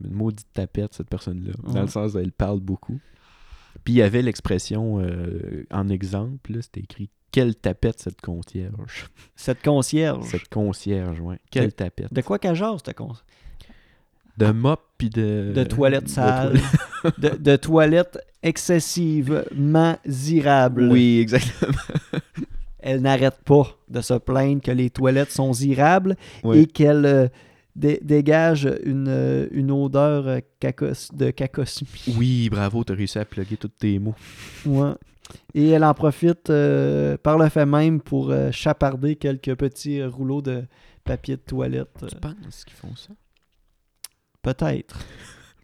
B: une maudite tapette, cette personne-là, dans
A: Ouais.
B: le sens elle parle beaucoup. Puis il y avait l'expression euh, en exemple, là, c'était écrit Quelle tapette cette concierge
A: Cette concierge.
B: cette concierge, ouais. Quelle
A: De-
B: tapette.
A: De quoi qu'elle jase, cette concierge?
B: De mop puis Ah. de...
A: de toilettes
B: Euh, de
A: sales,
B: toilettes.
A: de, de toilettes excessivement irables.
B: Oui, exactement.
A: Elle n'arrête pas de se plaindre que les toilettes sont irables
B: Ouais.
A: et qu'elle euh, dé- dégage une, euh, une odeur euh, cacos- de cacosmie.
B: Oui, bravo, t'as réussi à plugger tous tes mots.
A: Ouais. Et elle en profite euh, par le fait même pour euh, chaparder quelques petits euh, rouleaux de papier de toilette.
B: Tu
A: Euh,
B: penses qu'ils font ça?
A: Peut-être.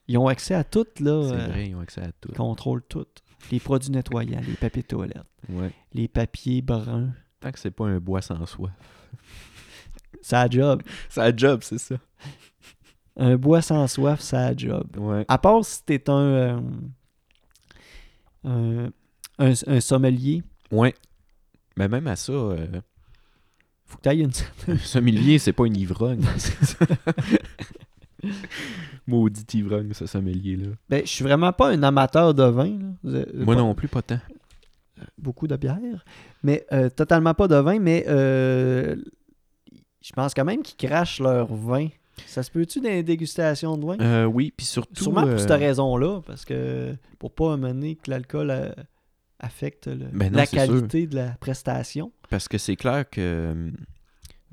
A: Ils ont accès à tout, là.
B: C'est
A: euh,
B: vrai, ils ont accès à tout.
A: Ils contrôlent tout. Les produits nettoyants, les papiers de toilette,
B: Ouais.
A: les papiers bruns.
B: Tant que c'est pas un bois sans soif.
A: Ça a job.
B: Ça a job, c'est ça.
A: Un bois sans soif, ça a job.
B: Ouais.
A: À part si t'es un, euh, un, un, un sommelier,
B: Ouais. Mais même à ça, euh,
A: faut que t'ailles une...
B: un sommelier, c'est pas une ivrogne. c'est ça. Maudit ivrogne, ce sommelier-là.
A: Ben, je suis vraiment pas un amateur de vin. là. Je- je-
B: Moi
A: pas
B: non plus, pas tant.
A: Beaucoup de bière. Mais euh, totalement pas de vin, mais euh, je pense quand même qu'ils crachent leur vin. Ça se peut-tu dans les dégustations de vin?
B: Euh, oui, puis surtout...
A: Sûrement
B: euh,
A: pour cette raison-là, parce que pour pas amener que l'alcool euh, affecte le-
B: Ben non,
A: la
B: c'est sûr.
A: qualité de la prestation.
B: Parce que c'est clair que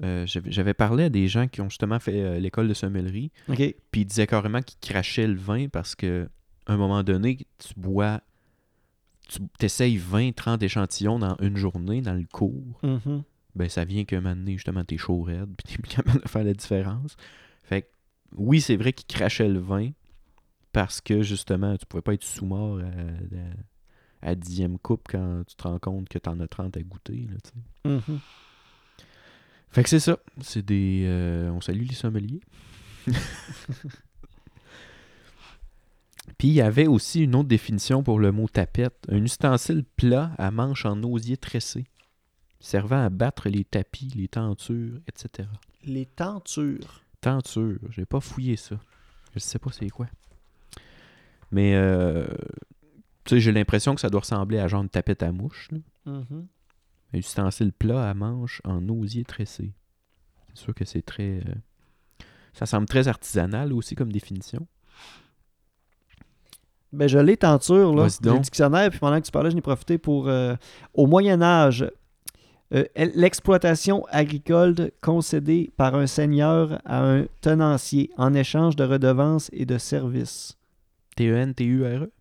B: euh, j'avais j'avais parlé à des gens qui ont justement fait euh, l'école de sommellerie,
A: OK.
B: puis ils disaient carrément qu'ils crachaient le vin parce que à un moment donné, tu bois, tu essayes 20, 30 échantillons dans une journée, dans le cours,
A: Mhm.
B: ben ça vient qu'un moment donné, justement, t'es chaud raide, puis t'es plus capable de faire la différence. Fait que, oui, c'est vrai qu'ils crachaient le vin parce que justement, tu pouvais pas être sous-mort à, à, à dixième coupe quand tu te rends compte que t'en as 30 à goûter, là, tu sais.
A: Mhm.
B: Fait que c'est ça. C'est des. euh, on salue les sommeliers. Puis il y avait aussi une autre définition pour le mot tapette. Un ustensile plat à manche en osier tressé, servant à battre les tapis, les tentures, etc.
A: Les tentures.
B: Tenture, j'ai pas fouillé ça. Je sais pas c'est quoi. Mais euh, tu sais, j'ai l'impression que ça doit ressembler à genre une tapette à mouche. là.
A: Mhm.
B: Un ustensile plat à manche en osier tressé. C'est sûr que c'est très. euh, Ça semble très artisanal aussi comme définition.
A: Ben, je l'ai tenture, là.
B: Vas-y
A: J'ai le
B: donc.
A: dictionnaire, puis pendant que tu parlais, j'en ai profité pour. euh, au Moyen-Âge, l'exploitation agricole concédée par un seigneur à un tenancier en échange de redevances et de services.
B: E T-E-N-T-U-R-E.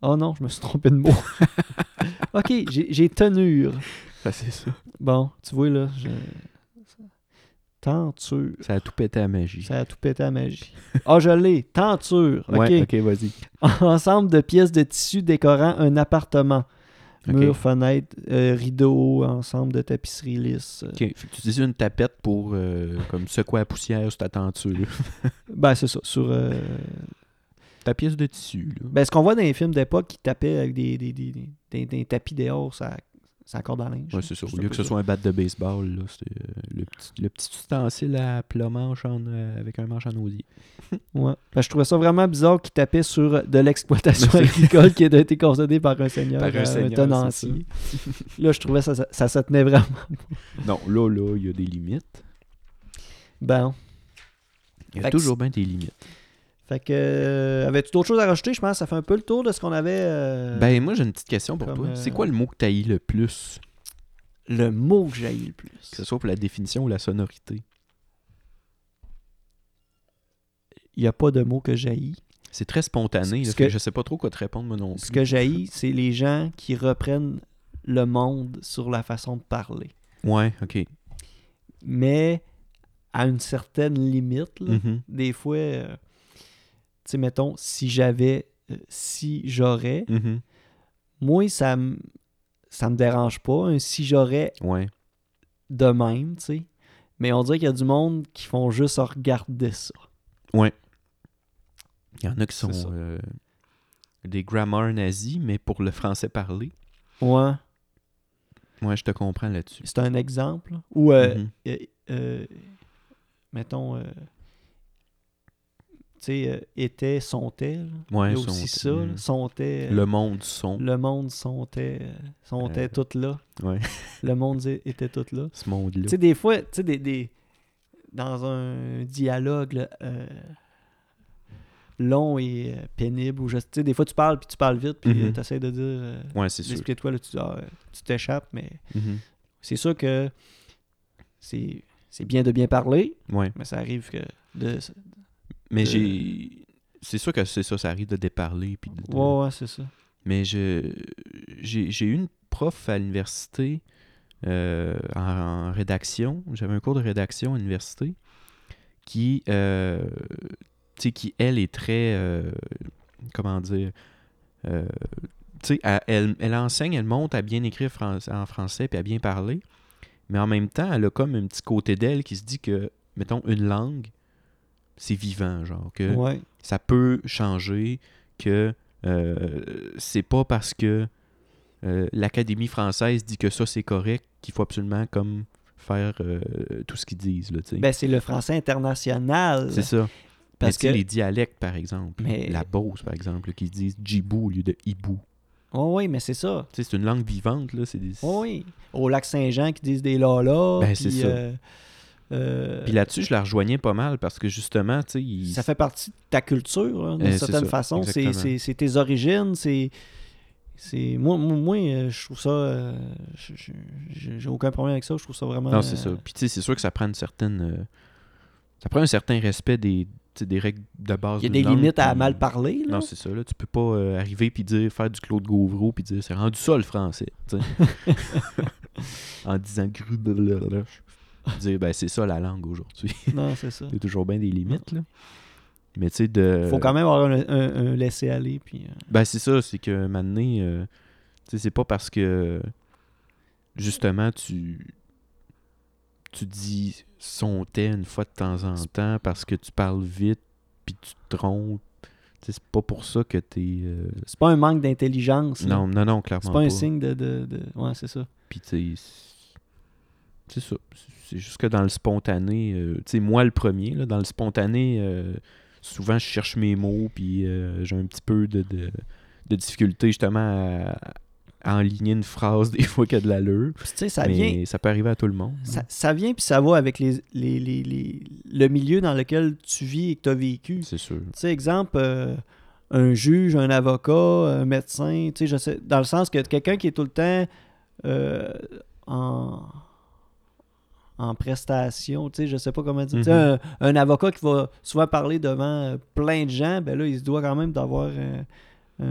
A: Oh non, je me suis trompé de mot. ok, j'ai j'ai tenure.
B: Ça, Ben, c'est ça.
A: Bon, tu vois, là. Je... Tenture.
B: Ça a tout pété à magie.
A: Ça a tout pété à magie. Ah, je l'ai. Tenture. Ok.
B: Ouais, ok, vas-y.
A: Ensemble de pièces de tissu décorant un appartement.
B: Ok.
A: Mur, fenêtre, euh, rideau, ensemble de tapisserie lisse. Euh,
B: Ok, fait que tu disais une tapette pour euh, comme secouer la poussière sur ta tenture.
A: Ben, c'est ça. Sur, euh,
B: Ta pièce de tissu, là.
A: Ben, ce qu'on voit dans les films d'époque qui tapaient avec des, des, des, des, des- des tapis dehors, ça, ça corde à linge.
B: Ouais, c'est ça. Au
A: C'est un
B: lieu
A: peu
B: que ce
A: ça.
B: soit un bat de baseball, là, c'était euh, le petit, le petit ustensile à plat manche en, euh, avec un manche en osier.
A: Ouais. Ben, je trouvais ça vraiment bizarre qu'ils tapaient sur de l'exploitation agricole qui a été concédée par un seigneur,
B: Par un
A: euh,
B: seigneur,
A: tenancier. Là, je trouvais ça, ça, ça se tenait vraiment.
B: Non, là, là, il y a des limites.
A: Bon.
B: Il y
A: Fait
B: a
A: que
B: toujours bien des limites.
A: Fait que, euh, avais-tu d'autres choses à rajouter? Je pense que ça fait un peu le tour de ce qu'on avait. euh,
B: ben, moi, j'ai une petite question pour
A: comme,
B: toi.
A: euh,
B: C'est quoi le mot que t'haïs le plus
A: le mot que j'ai le plus.
B: Que ce soit pour la définition ou la sonorité.
A: Il n'y a pas de mot que j'haïs.
B: C'est très spontané.
A: Ce
B: là,
A: que-
B: fait que Je sais pas trop quoi te répondre, moi non
A: Ce
B: plus.
A: que j'haïs, c'est les gens qui reprennent le monde sur la façon de parler.
B: Ouais, ok.
A: Mais à une certaine limite, là.
B: Mhm.
A: des fois, euh, tu sais, mettons, si j'avais, euh, si j'aurais,
B: Mhm.
A: moi, ça me ça me dérange pas. un si j'aurais
B: Ouais.
A: de même, tu sais. Mais on dirait qu'il y a du monde qui font juste regarder ça.
B: Il y en a qui
A: C'est ça.
B: sont euh, des grammars nazis, mais pour le français parlé.
A: Ouais,
B: Ouais, je te comprends là-dessus.
A: c'est un exemple. là. Ou, euh,
B: Mhm.
A: euh, euh, mettons, euh, tu sais, euh, était, sont-elles.
B: Ouais,
A: Il y a
B: sont-
A: aussi ça, là,
B: Mhm.
A: sont-elles.
B: Le monde sont.
A: Le monde sont-elles. Sont-elles
B: Euh,
A: toutes là.
B: Ouais,
A: Le monde était toutes là.
B: ce monde-là.
A: Tu sais, des fois, tu sais, des, des- dans un dialogue là, euh, long et euh, pénible, où je, tu sais, des fois tu parles, puis tu parles vite, puis
B: Mhm.
A: tu essaies de dire, euh,
B: Ouais, c'est sûr.
A: explique-toi, là, tu dis, Ah, tu t'échappes, mais
B: Mhm.
A: c'est sûr que c'est c'est bien de bien parler,
B: Ouais.
A: mais ça arrive que de...
B: Mais
A: de-
B: j'ai. C'est sûr que c'est ça, ça arrive de déparler. Puis de- de-
A: Ouais, ouais, c'est ça.
B: Mais je j'ai j'ai eu une prof à l'université euh, en, en rédaction. J'avais un cours de rédaction à l'université qui, euh, tu sais, qui, elle, est très. euh, comment dire. euh, tu sais, elle- elle, elle enseigne, elle monte à bien écrire fran- en français puis à bien parler. Mais en même temps, elle a comme un petit côté d'elle qui se dit que, mettons, une langue, c'est vivant, genre. Que,
A: Ouais,
B: ça peut changer que euh, c'est pas parce que euh, l'Académie française dit que ça c'est correct qu'il faut absolument comme faire euh, tout ce qu'ils disent. Là, tu sais.
A: ben c'est le français international.
B: c'est ça.
A: Parce
B: mais, tu sais,
A: que...
B: les dialectes, par exemple,
A: Mais-
B: la Beauce, par exemple, qui disent jibou au lieu de hibou.
A: Oh, oui, mais c'est ça.
B: Tu sais, c'est une langue vivante, là. C'est des...
A: Oh oui. Au lac Saint-Jean qui disent des lalas.
B: Ben, c'est
A: puis,
B: ça.
A: euh, euh,
B: Puis là-dessus, je la rejoignais pas mal parce que justement, tu sais, ils-
A: ça fait partie de ta culture, hein, d'une
B: Eh, c'est
A: certaine
B: ça,
A: façon. C'est-
B: exactement.
A: C'est c'est tes origines, c'est. c'est- Moi, moi, moi, euh, je trouve ça. euh, je- je- J'ai j'ai aucun problème avec ça. Je trouve ça vraiment.
B: Non, c'est ça.
A: euh,
B: Puis tu sais, c'est sûr que ça prend une certaine. euh, Ça prend un certain respect des, tu sais, des règles de base.
A: Il y a
B: d'une
A: des
B: langue,
A: limites à
B: puis-
A: mal parler. Là.
B: Non, c'est ça. Là, tu peux pas euh, arriver puis dire faire du Claude Gauvreau puis dire c'est rendu ça le français. tu sais. en disant gru blablabla. dire ben c'est ça la langue aujourd'hui.
A: Non, c'est ça.
B: Il y a toujours bien des limites là. Mais tu sais de
A: Faut quand même avoir un, un- un laisser-aller. Puis, euh,
B: ben c'est ça, c'est que maintenant euh, tu sais c'est pas parce que justement tu tu dis son thé une fois de temps en temps parce que tu parles vite puis tu te trompes. Tu sais, C'est pas pour ça que t'es euh,
A: C'est pas un manque d'intelligence. là.
B: non, non, non, clairement
A: C'est pas un signe de. de, de- Ouais, c'est ça.
B: Puis, tu sais, c'est ça. C'est juste que dans le spontané, euh, tu sais, moi le premier, là, dans le spontané, euh, souvent je cherche mes mots, puis euh, j'ai un petit peu de, de, de difficulté justement à, à enligner une phrase des fois qui a de l'allure.
A: Puis, tu sais, ça
B: mais
A: vient.
B: ça peut arriver à tout le monde.
A: Ça, ça vient puis ça va avec les, les- les- les- le milieu dans lequel tu vis et que tu as vécu. Tu
B: C'est sûr.
A: sais, exemple, euh, un juge, un avocat, un médecin, tu sais, je sais, dans le sens que quelqu'un qui est tout le temps euh, en, en prestation, tu sais, je sais pas comment dire. Tu sais,
B: Mhm.
A: un, un avocat qui va souvent parler devant euh, plein de gens, ben là, il se doit quand même d'avoir euh, un,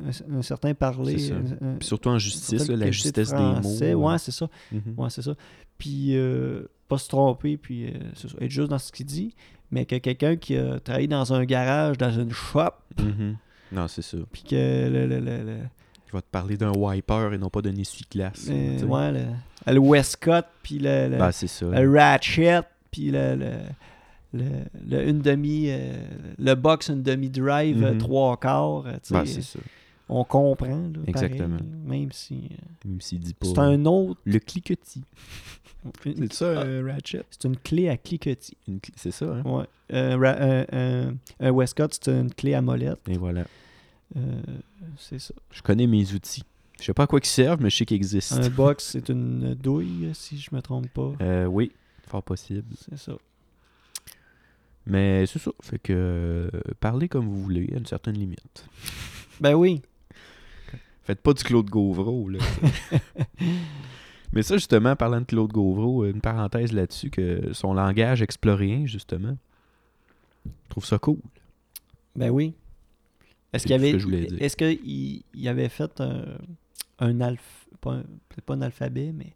A: un- un certain parler.
B: C'est ça.
A: un- un-
B: Puis surtout en
A: une
B: justice,
A: certaine
B: là, la
A: qualité de
B: justesse des
A: français.
B: mots.
A: Ouais, c'est ça.
B: Mhm.
A: Ouais, c'est ça. Puis, euh, pas se tromper, puis euh, c'est ça, être juste dans ce qu'il dit, mais que quelqu'un qui a travaillé dans un garage, dans une shop,
B: Mhm. Non, c'est ça.
A: puis que le, le, le- le-
B: Il va te parler d'un wiper et non pas d'un essuie-glace.
A: le-
B: tu sais.
A: ouais, le, le Westcott, puis le, le,
B: Ben, c'est ça.
A: le Ratchet, puis le, le, le, le une demi, euh, le box une demi drive euh,
B: Mhm.
A: trois quarts, euh, tu sais,
B: Ben, c'est ça.
A: on comprend. là, pareil,
B: Exactement.
A: même si euh,
B: Même s'il dit pas.
A: c'est un autre,
B: Le cliquetis.
A: une-
B: C'est ça, euh, Ratchet?
A: c'est une clé à cliquetis.
B: Une cli- C'est ça, hein?
A: Ouais. Euh, Ra- euh, euh, euh, Westcott, c'est une clé à molette.
B: Et voilà.
A: Euh, c'est ça.
B: Je connais mes outils. Je sais pas à quoi ils servent, mais je sais qu'ils existent.
A: Un box, c'est une douille, si je me trompe pas.
B: Euh, oui, fort possible.
A: C'est ça.
B: Mais c'est ça. Fait que euh, parlez comme vous voulez, à une certaine limite.
A: Ben oui.
B: Faites pas du Claude Gauvreau, là. Mais ça, justement, parlant de Claude Gauvreau, euh, une parenthèse là-dessus, que son langage explorien, justement, je trouve ça cool.
A: Ben oui. Est-ce
B: C'est
A: qu'il y
B: tout ce
A: avait.
B: que je voulais dire.
A: Est-ce qu'il il avait fait un, un alph- pas un- peut-être pas un alphabet, mais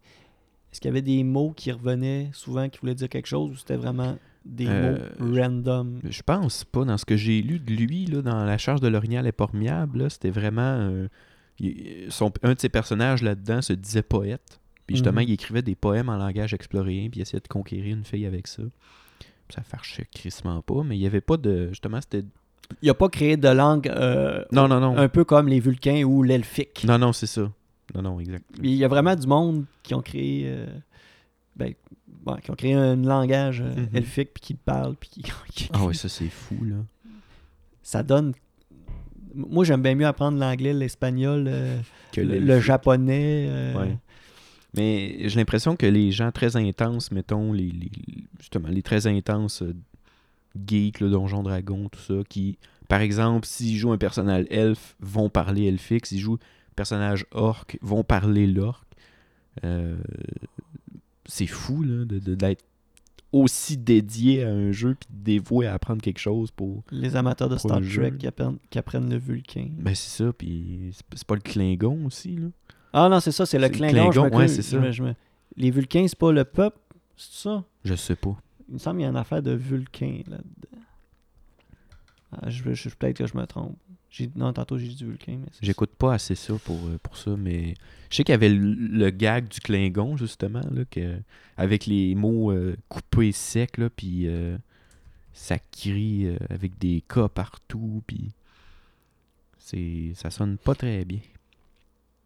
A: est-ce qu'il y avait des mots qui revenaient souvent qui voulaient dire quelque chose ou c'était vraiment des
B: Euh,
A: mots random?
B: Je pense pas. Dans ce que j'ai lu de lui, là, dans La charge de l'orignal est pormiable, là, c'était vraiment... euh, il- son, un de ses personnages là-dedans se disait poète. Puis justement,
A: Mhm.
B: il écrivait des poèmes en langage explorien, puis il essayait de conquérir une fille avec ça. Ça farchait crissement pas, mais il y avait pas de... Justement, c'était...
A: Il n'a pas créé de langue euh,
B: Non, non, non.
A: un peu comme les Vulcains ou l'elfique.
B: Non, non, c'est ça. Non, non, exact.
A: Il y a vraiment du monde qui ont créé. euh, ben, bon, qui ont créé un langage euh,
B: Mhm.
A: elfique puis qui le parle puis qui, qui-
B: Ah ouais, ça c'est fou, là.
A: ça donne moi j'aime bien mieux apprendre l'anglais l'espagnol euh,
B: Que
A: le,
B: l'elfique.
A: le japonais euh,
B: Ouais. Mais j'ai l'impression que les gens très intenses, mettons, les, les- justement, les très intenses euh, geeks, le donjon dragon, tout ça, qui, par exemple, s'ils jouent un personnage elfe, vont parler elfique. S'ils jouent un personnage orc, vont parler l'orc. Euh, c'est fou, là, de- de- d'être aussi dédié à un jeu puis dévoué à apprendre quelque chose pour
A: les amateurs de
B: Pour
A: Star
B: le jeu.
A: Trek qui apprennent, qui apprennent le vulcain
B: ben c'est ça puis c'est- c'est pas le Klingon aussi là
A: ah non c'est ça c'est le
B: C'est le
A: Klingon, je me
B: Klingon, ouais,
A: cru-
B: c'est ça.
A: je me- je me- les vulcains c'est pas le peuple c'est ça
B: je sais pas
A: il me semble qu'il y a une affaire de vulcain là dedans je, je- peut-être que je me trompe J'ai- non tantôt j'ai dit du vulcain mais c'est-
B: J'écoute pas assez ça pour, euh, pour ça, mais je sais qu'il y avait le, le gag du Klingon, justement, là, que, avec les mots euh, coupés secs, là, puis euh, ça crie euh, avec des cas partout, puis c'est ça sonne pas très bien.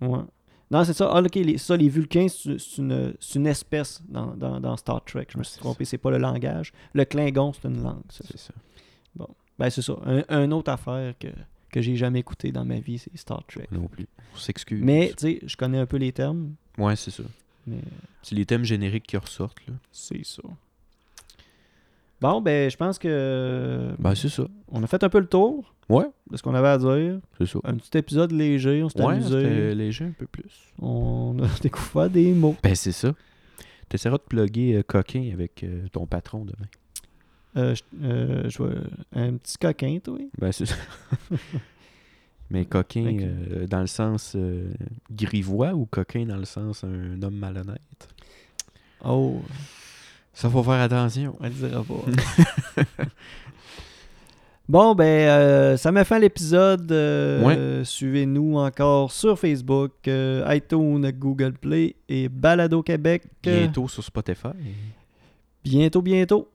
A: Ouais. Non, c'est ça. Ah, ok, les, ça, les Vulcains, c'est c'est une, c'est une espèce dans, dans- dans Star Trek. Je me
B: Ouais,
A: suis
B: c'est
A: trompé, c'est pas le langage. Le Klingon, c'est une langue. c'est ça.
B: C'est ça.
A: Ben, c'est ça. Un, un autre affaire que, que j'ai jamais écouté dans ma vie, c'est Star Trek.
B: Non plus. On s'excuse.
A: Mais, tu sais, je connais un peu les termes,
B: Ouais, c'est ça.
A: mais
B: C'est les thèmes génériques qui ressortent, là.
A: c'est ça. Bon, ben, je pense que.
B: Ben, c'est ça.
A: On a fait un peu le tour
B: Ouais,
A: de ce qu'on avait à dire.
B: c'est ça.
A: Un petit épisode léger, on s'est
B: Ouais,
A: amusé.
B: c'était léger un peu plus.
A: On a découvert des mots.
B: Ben, c'est ça. T'essaieras de plugger euh, coquin avec euh, ton patron demain.
A: Euh, je euh, je vois un petit coquin, toi.
B: Ben, c'est ça. Mais coquin
A: Ok.
B: euh, dans le sens euh, grivois ou coquin dans le sens un homme malhonnête?
A: Oh,
B: Ça, faut faire attention.
A: on le dira pas. bon, ben, euh, ça me fait l'épisode. Euh,
B: Ouais.
A: euh, Suivez-nous encore sur Facebook, euh, iTunes, Google Play et Balado Québec. Euh,
B: Bientôt sur Spotify.
A: bientôt, bientôt.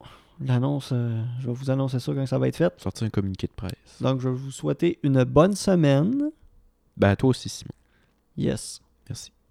A: L'annonce, euh, je vais vous annoncer ça quand ça va être fait.
B: Sortir un communiqué de presse.
A: Donc, je vais vous souhaiter une bonne semaine.
B: Ben, à toi aussi, Simon.
A: Yes.
B: Merci.